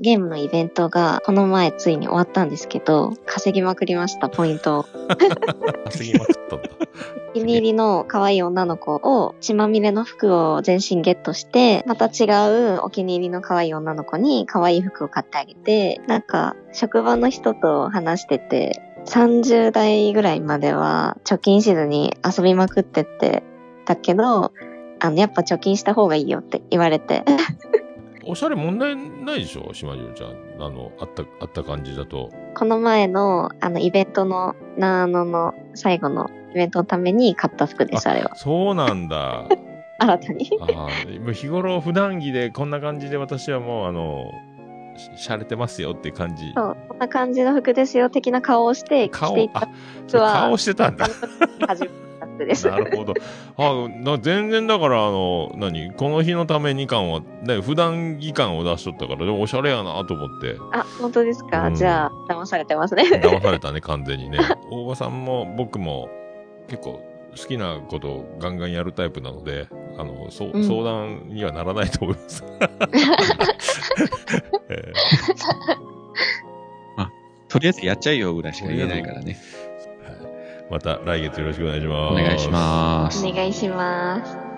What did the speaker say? ゲームのイベントがこの前ついに終わったんですけど、稼ぎまくりました、ポイントを。次まくったんだ。 お気に入りの可愛い女の子を血まみれの服を全身ゲットして、また違うお気に入りの可愛い女の子に可愛い服を買ってあげて、なんか職場の人と話してて、30代ぐらいまでは貯金しずに遊びまくってってたけど、あの、やっぱ貯金した方がいいよって言われて。おしゃれ問題ないでしょ島中ちゃん。あの、あった、あった感じだと。この前の、あの、イベントの、なーのの最後のイベントのために買った服です、あれは。そうなん だ。新たに。 ああ、もう日頃普段着でこんな感じで私はもうあの、ししゃれてますよって感じ。そう、こんな感じの服ですよ、的な顔をして、着顔ていっ、たあ、それは顔してたん だ。初めてだったです。なるほど。あな全然だから、あの、何この日のために感は、ね、普段着感を出しとったから、でもおしゃれやなと思って、あ、本当ですか、うんじゃあ、騙されて ますね。騙されたね、完全にね。大場さんも僕も結構好きなことをガンガンやるタイプなので、あの、そううん相談にはならないと思います。えとりあえずやっちゃえよぐらいしか言えないからね。ーはいまた来月よろしくお願いします。お願いします。お願いします。